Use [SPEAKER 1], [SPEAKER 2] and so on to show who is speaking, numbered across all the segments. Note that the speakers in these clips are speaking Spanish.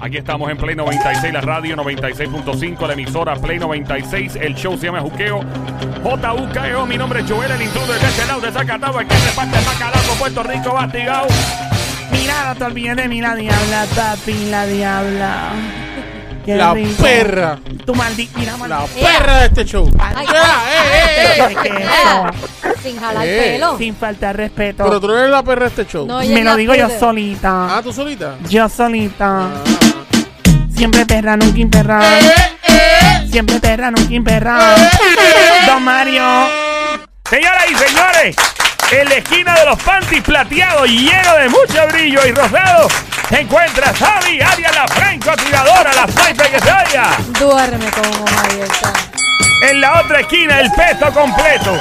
[SPEAKER 1] Aquí estamos en Play 96, la radio 96.5, la emisora Play 96. El show se llama Juqueo. J.U.K.E.O. E Mi nombre es Joel, el intruder de este lado de Zacatau, el que reparte el bacalao por Puerto Rico, Bastigao.
[SPEAKER 2] Mira, no te olvides de mí, la diabla, papi, la diabla. Qué
[SPEAKER 3] La
[SPEAKER 2] rico.
[SPEAKER 3] perra.
[SPEAKER 2] Tu maldita, mira,
[SPEAKER 3] La
[SPEAKER 2] maldita.
[SPEAKER 3] perra de este show.
[SPEAKER 2] Ay,
[SPEAKER 3] Ya, eh, eh, eh.
[SPEAKER 2] Eso.
[SPEAKER 4] Sin jalar
[SPEAKER 3] Eh.
[SPEAKER 4] pelo.
[SPEAKER 2] Sin faltar respeto.
[SPEAKER 3] Pero tú no eres la perra de este show.
[SPEAKER 4] No, ella
[SPEAKER 2] Me
[SPEAKER 4] es
[SPEAKER 2] lo
[SPEAKER 4] la
[SPEAKER 2] digo yo
[SPEAKER 4] pude.
[SPEAKER 2] solita.
[SPEAKER 3] Ah, tú solita.
[SPEAKER 2] Yo solita.
[SPEAKER 3] Ah. Eh,
[SPEAKER 2] Siempre perra, nunca imperra. Siempre perra, nunca imperra.
[SPEAKER 3] Eh.
[SPEAKER 2] Don Mario.
[SPEAKER 1] Señoras y señores, en la esquina de los panties plateados, lleno de mucho brillo y rosado, se encuentra Xavi, Arias, la francotiradora, la sniper que se odia.
[SPEAKER 4] Duerme como abierta.
[SPEAKER 1] En la otra esquina, el peso completo.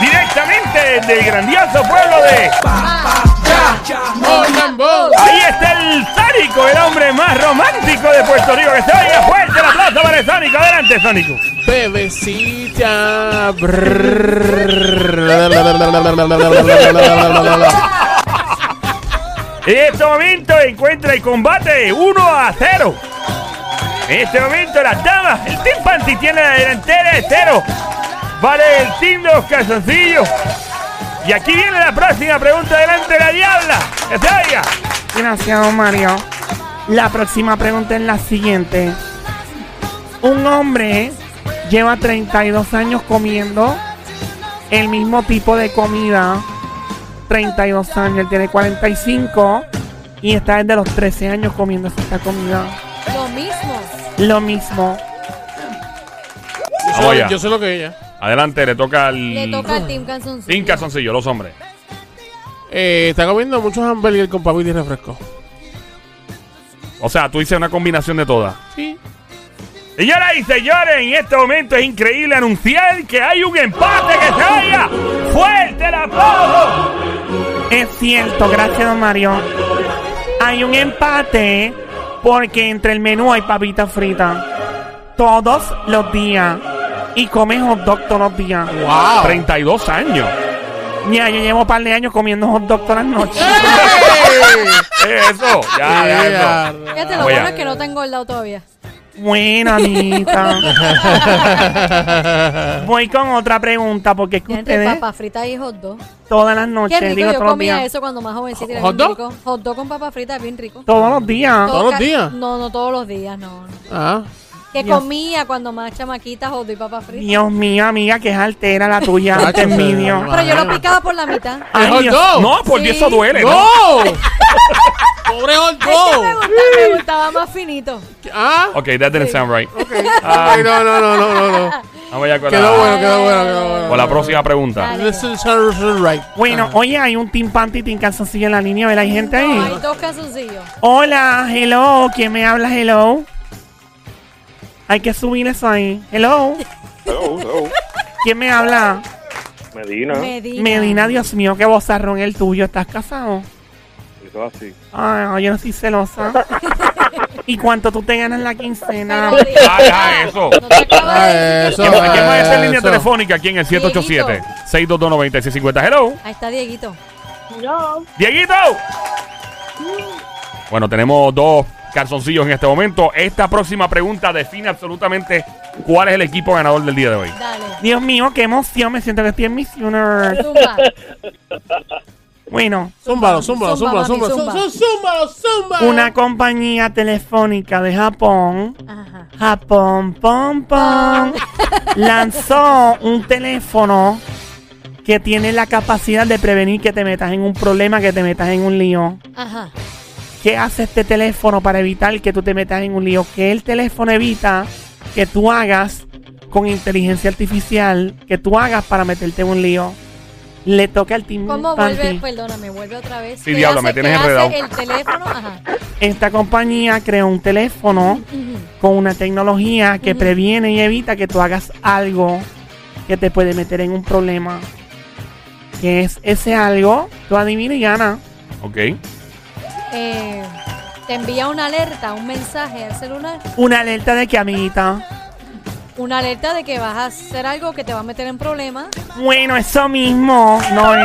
[SPEAKER 1] Directamente desde el grandioso pueblo de...
[SPEAKER 3] ¡Oh, tambor!
[SPEAKER 1] Ahí está el Sónico, el hombre más romántico de Puerto Rico. Que se oiga fuerte el aplauso para el Sónico. Adelante, Sónico.
[SPEAKER 3] Bebecita.
[SPEAKER 1] En este momento encuentra el combate 1 a 0. En este momento las damas, el Team Panty tiene la delantera de 0. Vale el Team de los calzoncillos. Y aquí viene la próxima pregunta delante de la diabla. Que se oiga.
[SPEAKER 2] Gracias, don Mario. La próxima pregunta es la siguiente. Un hombre lleva 32 años comiendo el mismo tipo de comida. 32 años, él tiene 45 y está desde los 13 años comiendo esta comida.
[SPEAKER 4] Lo mismo.
[SPEAKER 2] Lo mismo.
[SPEAKER 3] Yo
[SPEAKER 1] Vamos
[SPEAKER 3] soy-
[SPEAKER 1] allá.
[SPEAKER 3] Yo sé lo que ella.
[SPEAKER 1] Adelante, le toca al.
[SPEAKER 3] Mm.
[SPEAKER 4] Le toca al Team Canzoncillo.
[SPEAKER 1] Team calzoncillo, los hombres.
[SPEAKER 3] Eh, está comiendo muchos hamburgues con papitas y refresco.
[SPEAKER 1] O sea, tú dices una combinación de todas.
[SPEAKER 3] Sí.
[SPEAKER 1] Señoras y señores, en este momento es increíble anunciar que hay un empate que se haya. ¡Fuerte el aplauso!
[SPEAKER 2] Es cierto, gracias don Mario. Hay un empate porque entre el menú hay papita frita. Todos los días. Y comes hot dog todos los días.
[SPEAKER 3] ¡Wow!
[SPEAKER 1] 32 años.
[SPEAKER 2] Mira, yo llevo un par de años comiendo hot dog todas las noches.
[SPEAKER 1] Eso, ya, ya, eso.
[SPEAKER 4] Fíjate, lo
[SPEAKER 1] Voy
[SPEAKER 4] bueno
[SPEAKER 1] a-
[SPEAKER 4] es que no te ha engordado todavía.
[SPEAKER 2] Bueno, amiguita. Voy con otra pregunta porque es que
[SPEAKER 4] Ya entre
[SPEAKER 2] ustedes
[SPEAKER 4] papas fritas y hot dog.
[SPEAKER 2] todas las noches,
[SPEAKER 4] Qué rico,
[SPEAKER 2] digo
[SPEAKER 4] yo
[SPEAKER 2] todos los
[SPEAKER 4] comía
[SPEAKER 2] días.
[SPEAKER 4] eso cuando más jovencita. era
[SPEAKER 3] ¿Hot
[SPEAKER 4] bien
[SPEAKER 3] dog?
[SPEAKER 4] rico. Hot dog con papas fritas, bien rico.
[SPEAKER 2] Todos los días.
[SPEAKER 3] ¿Todos los
[SPEAKER 4] Toca-
[SPEAKER 3] días?
[SPEAKER 4] No, no todos los días, no. no.
[SPEAKER 3] Ah.
[SPEAKER 4] Que
[SPEAKER 2] Dios.
[SPEAKER 4] comía cuando más chamaquita hot dog y papas fritas.
[SPEAKER 2] Dios mío, amiga, que es altera la tuya. Te
[SPEAKER 3] Cacho, se-
[SPEAKER 2] envidio.
[SPEAKER 4] Pero yo lo picaba por la mitad.
[SPEAKER 2] Ay,
[SPEAKER 3] ¡Es hot
[SPEAKER 2] Dios.
[SPEAKER 3] dog!
[SPEAKER 1] No, porque
[SPEAKER 4] Sí.
[SPEAKER 1] eso duele, ¿no?
[SPEAKER 3] ¡No! ¡Pobre hot
[SPEAKER 4] Ay, que me,
[SPEAKER 3] dog!
[SPEAKER 4] gusta- me gustaba más finito.
[SPEAKER 3] ¿Ah?
[SPEAKER 1] Ok, that didn't sound right.
[SPEAKER 3] Ay, no, no, no, no, no, no.
[SPEAKER 1] Vamos allá con
[SPEAKER 3] Quedó
[SPEAKER 1] la,
[SPEAKER 3] bueno, quedó bueno, quedó bueno.
[SPEAKER 1] con la próxima pregunta.
[SPEAKER 4] Dale.
[SPEAKER 3] This is her- her right.
[SPEAKER 2] Bueno,
[SPEAKER 3] Ah.
[SPEAKER 2] oye, hay un Team Panty y Team Calzoncillo en la línea, ¿verdad? Hay gente ahí.
[SPEAKER 4] No, hay dos calzoncillos.
[SPEAKER 2] Hola, hello, ¿quién me habla? Hello. Hay que subir eso ahí. Hello.
[SPEAKER 5] Hello, hello.
[SPEAKER 2] ¿Quién me habla?
[SPEAKER 5] Medina.
[SPEAKER 4] Medina.
[SPEAKER 2] Medina, Dios mío, qué bozarrón el tuyo. ¿Estás casado?
[SPEAKER 5] Eso así.
[SPEAKER 2] Ay, yo no soy celosa. ¿Y cuánto tú te ganas la quincena?
[SPEAKER 4] Pero, Lina,
[SPEAKER 1] Ah, ya, eso.
[SPEAKER 4] No te acabas de
[SPEAKER 3] Ah,
[SPEAKER 4] decir que-
[SPEAKER 3] eso.
[SPEAKER 1] ¿Quién va- quién va a ser
[SPEAKER 3] Eso.
[SPEAKER 1] línea telefónica aquí en el 787-622-9650? Hello.
[SPEAKER 2] eh.
[SPEAKER 4] Ahí está Dieguito.
[SPEAKER 1] Dieguito. Bueno, tenemos dos calzoncillos en este momento. Esta próxima pregunta define absolutamente cuál es el equipo ganador del día de hoy.
[SPEAKER 4] Dale.
[SPEAKER 2] Dios mío, qué emoción. Me siento que estoy en Miss Universe.
[SPEAKER 4] Zumba.
[SPEAKER 2] Bueno,
[SPEAKER 3] Zúmbalo, zúmbalo,
[SPEAKER 4] Zumba,
[SPEAKER 3] zúmbalo, zúmbalo,
[SPEAKER 4] mami,
[SPEAKER 3] zú- zúmbalo, zúmbalo.
[SPEAKER 2] una compañía telefónica de Japón
[SPEAKER 4] Ajá.
[SPEAKER 2] Japón, pom, pom, lanzó un teléfono que tiene la capacidad de prevenir que te metas en un problema, que te metas en un lío.
[SPEAKER 4] Ajá.
[SPEAKER 2] ¿Qué hace este teléfono para evitar que tú te metas en un lío? Que el teléfono evita que tú hagas con inteligencia artificial, que tú hagas para meterte en un lío. Le toca al team
[SPEAKER 4] ¿Cómo
[SPEAKER 2] Panty.
[SPEAKER 4] vuelve? Pues- Perdóname, vuelve otra vez.
[SPEAKER 1] Sí,
[SPEAKER 4] ¿Qué
[SPEAKER 1] diablo,
[SPEAKER 4] hace-
[SPEAKER 1] me tienes
[SPEAKER 4] qué hace
[SPEAKER 1] enredado.
[SPEAKER 4] el teléfono, ajá.
[SPEAKER 2] Esta compañía creó un teléfono
[SPEAKER 4] Ujú.
[SPEAKER 2] con una tecnología que previene y evita que tú hagas algo que te puede meter en un problema. Que es ese algo, tú adivina y gana.
[SPEAKER 1] Ok.
[SPEAKER 4] Eh, te envía una alerta, un mensaje al celular.
[SPEAKER 2] Una alerta de que, amiguita.
[SPEAKER 4] Una alerta de que vas a hacer algo que te va a meter en problemas.
[SPEAKER 2] Bueno, eso mismo. No es.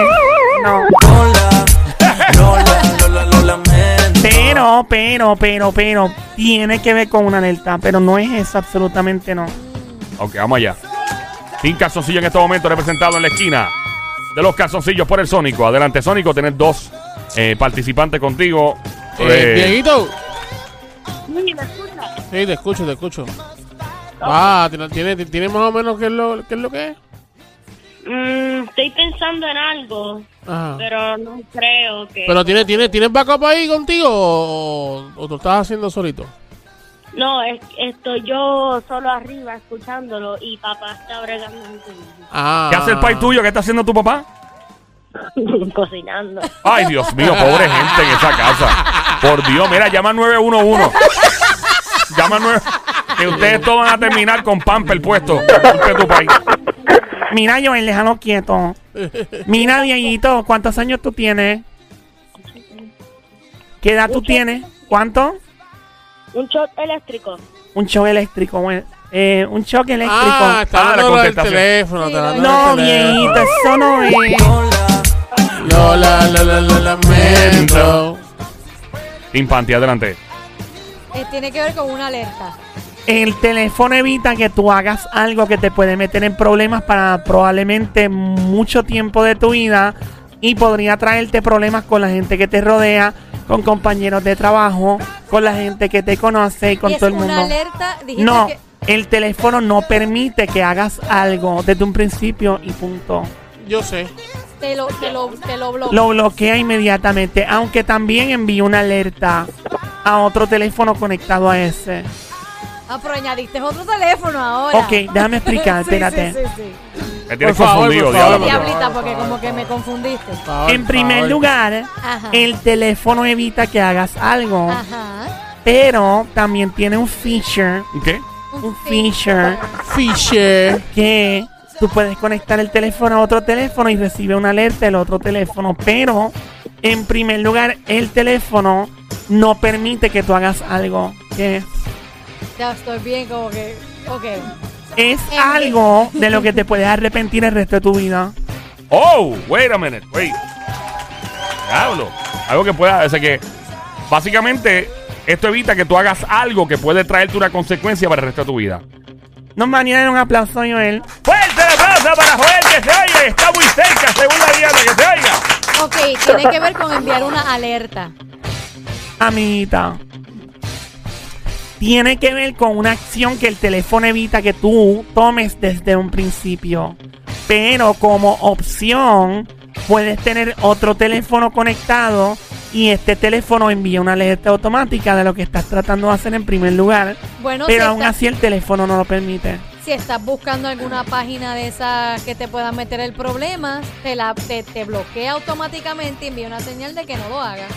[SPEAKER 2] No.
[SPEAKER 6] Lola, Lola, Lola, lo lamento.
[SPEAKER 2] Pero No, pero, pero, pero. Tiene que ver con una alerta, pero no es eso, absolutamente no.
[SPEAKER 1] Ok, vamos allá. Team Calzoncillo en este momento representado en la esquina de los calzoncillos por el Sónico. Adelante, Sónico, tenés dos eh, participantes contigo.
[SPEAKER 3] Eh,
[SPEAKER 1] Eh,
[SPEAKER 3] Dieguito.
[SPEAKER 6] Oye, ¿me escuchas?
[SPEAKER 3] Sí, te escucho, te escucho. Ah, tiene- tiene, tiene más o menos qué es lo, qué es lo que es.
[SPEAKER 6] Mm, estoy pensando en algo,
[SPEAKER 3] Ajá.
[SPEAKER 6] pero no creo que...
[SPEAKER 3] Ah. Pero tiene, tiene, ¿tienes backup ahí contigo o, o tú estás haciendo solito?
[SPEAKER 6] No, es- estoy yo solo arriba escuchándolo y papá está bregando en tu-
[SPEAKER 3] Ah.
[SPEAKER 1] ¿Qué hace el pai tuyo? ¿Qué está haciendo tu papá?
[SPEAKER 6] cocinando.
[SPEAKER 1] Ay, Dios mío, pobre gente en esa casa. Por Dios, mira, llama al 911. Llama al 9. Que ustedes todos van a terminar con pamper puesto. Ponte tu país.
[SPEAKER 2] Mira, Joel, déjalo quieto. Mira, Dieguito, ¿cuántos años tú tienes? ¿Qué edad tú tienes? ¿Cuánto?
[SPEAKER 6] Un shot eléctrico.
[SPEAKER 2] Un shock eléctrico, bueno. Eh, un shock eléctrico.
[SPEAKER 3] Ah,
[SPEAKER 1] Ah,
[SPEAKER 3] está
[SPEAKER 1] la
[SPEAKER 3] hablando del
[SPEAKER 1] contestación.
[SPEAKER 3] teléfono.
[SPEAKER 4] Sí,
[SPEAKER 3] está
[SPEAKER 4] lo-
[SPEAKER 3] hablando
[SPEAKER 2] no,
[SPEAKER 3] del teléfono.
[SPEAKER 2] Dieguito, eso no es.
[SPEAKER 3] Lola, Lola, lo lamento.
[SPEAKER 1] Infante, adelante.
[SPEAKER 4] Eh, tiene que ver con una alerta.
[SPEAKER 2] El teléfono evita que tú hagas algo que te puede meter en problemas para probablemente mucho tiempo de tu vida y podría traerte problemas con la gente que te rodea, con compañeros de trabajo, con la gente que te conoce y con
[SPEAKER 4] Y es
[SPEAKER 2] todo el mundo.
[SPEAKER 4] una alerta, dijiste
[SPEAKER 2] No,
[SPEAKER 4] que...
[SPEAKER 2] el teléfono no permite que hagas algo desde un principio y punto.
[SPEAKER 3] Yo sé.
[SPEAKER 4] Te lo, te lo, te lo bloquea.
[SPEAKER 2] Lo bloquea inmediatamente, aunque también envía una alerta a otro teléfono conectado a ese.
[SPEAKER 4] Ah, pero añadiste otro teléfono ahora.
[SPEAKER 2] Ok, déjame explicar,
[SPEAKER 4] Sí, sí,
[SPEAKER 3] espérate.
[SPEAKER 4] sí, sí.
[SPEAKER 1] Me tienes
[SPEAKER 3] Por favor,
[SPEAKER 1] confundido,
[SPEAKER 3] por favor.
[SPEAKER 1] diablo.
[SPEAKER 4] Diablita, porque como que me confundiste.
[SPEAKER 3] Favor,
[SPEAKER 2] En primer
[SPEAKER 3] favor.
[SPEAKER 2] lugar,
[SPEAKER 4] Ajá. Ah.
[SPEAKER 2] el teléfono evita que hagas algo,
[SPEAKER 4] Ajá.
[SPEAKER 2] pero también tiene un feature,
[SPEAKER 1] ¿Qué?
[SPEAKER 2] un feature
[SPEAKER 3] Fisher.
[SPEAKER 2] que tú puedes conectar el teléfono a otro teléfono y recibe una alerta del otro teléfono, pero en primer lugar el teléfono no permite que tú hagas algo que
[SPEAKER 4] Ya estoy bien, como que. Ok.
[SPEAKER 2] es
[SPEAKER 4] Envy.
[SPEAKER 2] algo de lo que te puedes arrepentir el resto de tu vida.
[SPEAKER 1] Oh, wait a minute, wait. Diablo. Algo que pueda, o sea que básicamente esto evita que tú hagas algo que puede traerte una consecuencia para el resto de tu vida.
[SPEAKER 2] Nos manera un aplauso, Joel.
[SPEAKER 1] Fuerte la plaza para Joel que se oiga. Está muy cerca, según la diabla, que se oiga.
[SPEAKER 4] Ok, tiene que ver con enviar una alerta.
[SPEAKER 2] amiguita. Tiene que ver con una acción que el teléfono evita que tú tomes desde un principio. Pero como opción, puedes tener otro teléfono conectado y este teléfono envía una alerta automática de lo que estás tratando de hacer en primer lugar.
[SPEAKER 4] Bueno,
[SPEAKER 2] pero
[SPEAKER 4] si,
[SPEAKER 2] aún
[SPEAKER 4] está-
[SPEAKER 2] así el teléfono no lo permite.
[SPEAKER 4] si estás buscando alguna página de esas que te pueda meter el problema, te, la, te, te bloquea automáticamente y envía una señal de que no lo hagas.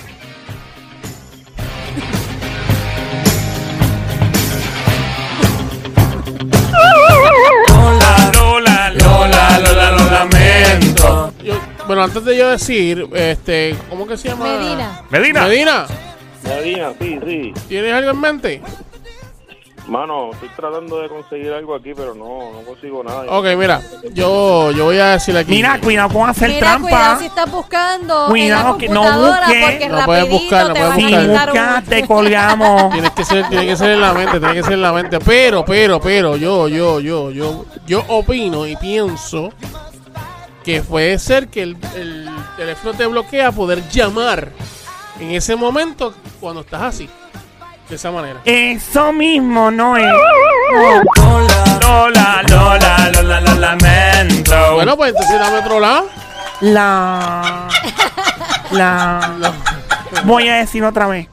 [SPEAKER 1] Lola,
[SPEAKER 3] Lola, Lola, lo lamento. Yo- bueno, antes de yo decir, este, ¿cómo que se
[SPEAKER 2] Ah.
[SPEAKER 3] llama?
[SPEAKER 4] Medina.
[SPEAKER 1] Medina.
[SPEAKER 3] Medina,
[SPEAKER 5] Medina, sí, sí.
[SPEAKER 3] ¿tienes algo en mente?
[SPEAKER 5] Mano, estoy tratando de conseguir algo aquí, pero no, no consigo nada.
[SPEAKER 3] Ok, mira, yo, yo voy a decir aquí.
[SPEAKER 2] Mira, cuidado con hacer
[SPEAKER 4] Mira,
[SPEAKER 2] trampa.
[SPEAKER 4] cuidado si estás buscando
[SPEAKER 2] Cuidado
[SPEAKER 4] en
[SPEAKER 2] que
[SPEAKER 4] la
[SPEAKER 2] no
[SPEAKER 4] computadora
[SPEAKER 2] busque.
[SPEAKER 4] porque
[SPEAKER 3] No puedes
[SPEAKER 4] rapidito
[SPEAKER 3] buscar, no
[SPEAKER 4] te
[SPEAKER 3] puedes
[SPEAKER 4] van
[SPEAKER 2] Si
[SPEAKER 4] a
[SPEAKER 3] buscar.
[SPEAKER 4] invitar
[SPEAKER 2] buscas,
[SPEAKER 4] un...
[SPEAKER 2] te colgamos.
[SPEAKER 3] Tienes que ser, tiene que ser en la mente, tiene que ser en la mente. Pero, pero, pero, yo, yo, yo, yo, yo opino y pienso que puede ser que el, el teléfono te bloquea poder llamar en ese momento cuando estás así, de esa manera.
[SPEAKER 2] Eso mismo no es.
[SPEAKER 1] Lola, Lola, Lola, lo lamento.
[SPEAKER 3] Bueno, pues entonces dame otro lado.
[SPEAKER 2] La. La. Voy a decir otra vez.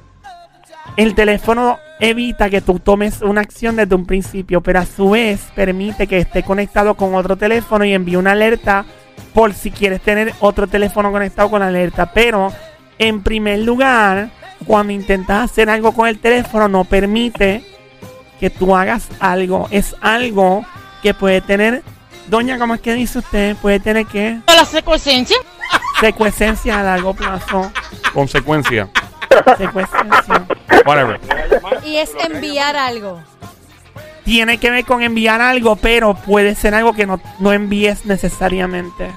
[SPEAKER 2] El teléfono evita que tú tomes una acción desde un principio, pero a su vez permite que esté conectado con otro teléfono y envíe una alerta por si quieres tener otro teléfono conectado con la alerta. Pero, en primer lugar, cuando intentas hacer algo con el teléfono, no permite que tú hagas algo. Es algo que puede tener. Doña, ¿cómo es que dice usted? Puede tener que
[SPEAKER 7] la secuencia.
[SPEAKER 2] secuencia a largo plazo.
[SPEAKER 1] Consecuencia.
[SPEAKER 2] Secuencia.
[SPEAKER 1] Whatever.
[SPEAKER 4] Y es enviar algo.
[SPEAKER 2] Tiene que ver con enviar algo, pero puede ser algo que no, no envíes necesariamente.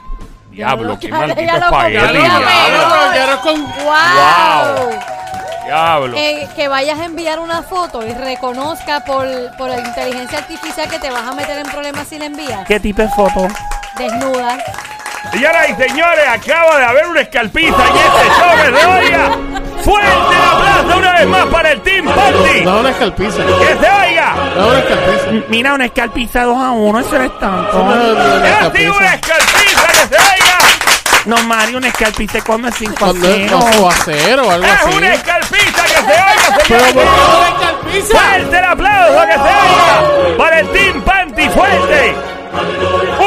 [SPEAKER 1] Diablo, qué
[SPEAKER 4] Ya lo-
[SPEAKER 1] maldito
[SPEAKER 4] ya lo
[SPEAKER 1] país.
[SPEAKER 3] pues
[SPEAKER 4] bloquearon.
[SPEAKER 1] Diablo.
[SPEAKER 3] ya no con.
[SPEAKER 4] ¡Wow!
[SPEAKER 1] Wow. diablo.
[SPEAKER 4] eh, que vayas a enviar una foto y reconozca por, por la inteligencia artificial que te vas a meter en problemas si la envías.
[SPEAKER 2] ¿Qué tipo de foto?
[SPEAKER 4] Desnuda.
[SPEAKER 1] Señoras y señores, acaba de haber una escalpiza en este show de Roya. Fuerte el aplauso una vez más para el Team Party.
[SPEAKER 3] Da una escalpiza.
[SPEAKER 1] ¡Que se oiga!
[SPEAKER 3] Da una escalpiza.
[SPEAKER 2] M- Mira, una escalpiza 2 a 1, eso no es
[SPEAKER 3] Da
[SPEAKER 2] tanto.
[SPEAKER 3] una
[SPEAKER 1] ¡Ha sido una
[SPEAKER 3] escalpiza.
[SPEAKER 1] escalpiza! ¡Que se oiga!
[SPEAKER 2] No, Mario, una escalpiza cuando es 5 a
[SPEAKER 3] Cuando es
[SPEAKER 2] 0.
[SPEAKER 3] 8 a 0 o algo
[SPEAKER 1] ¡Es una
[SPEAKER 3] así.
[SPEAKER 1] escalpiza! ¡Que se oiga,
[SPEAKER 3] Pero ¿por qué
[SPEAKER 1] señores!
[SPEAKER 3] no una escalpiza?
[SPEAKER 1] ¡Fuerte el aplauso que se oiga para el Team Panty Fuerte!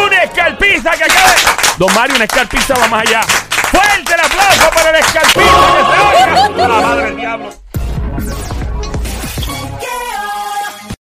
[SPEAKER 1] ¡Una escalpiza que acaba de... Don Mario, una escalpiza va más allá. ¡Fuerte el aplauso para la escalpiza que se oiga! ¡La madre del diablo!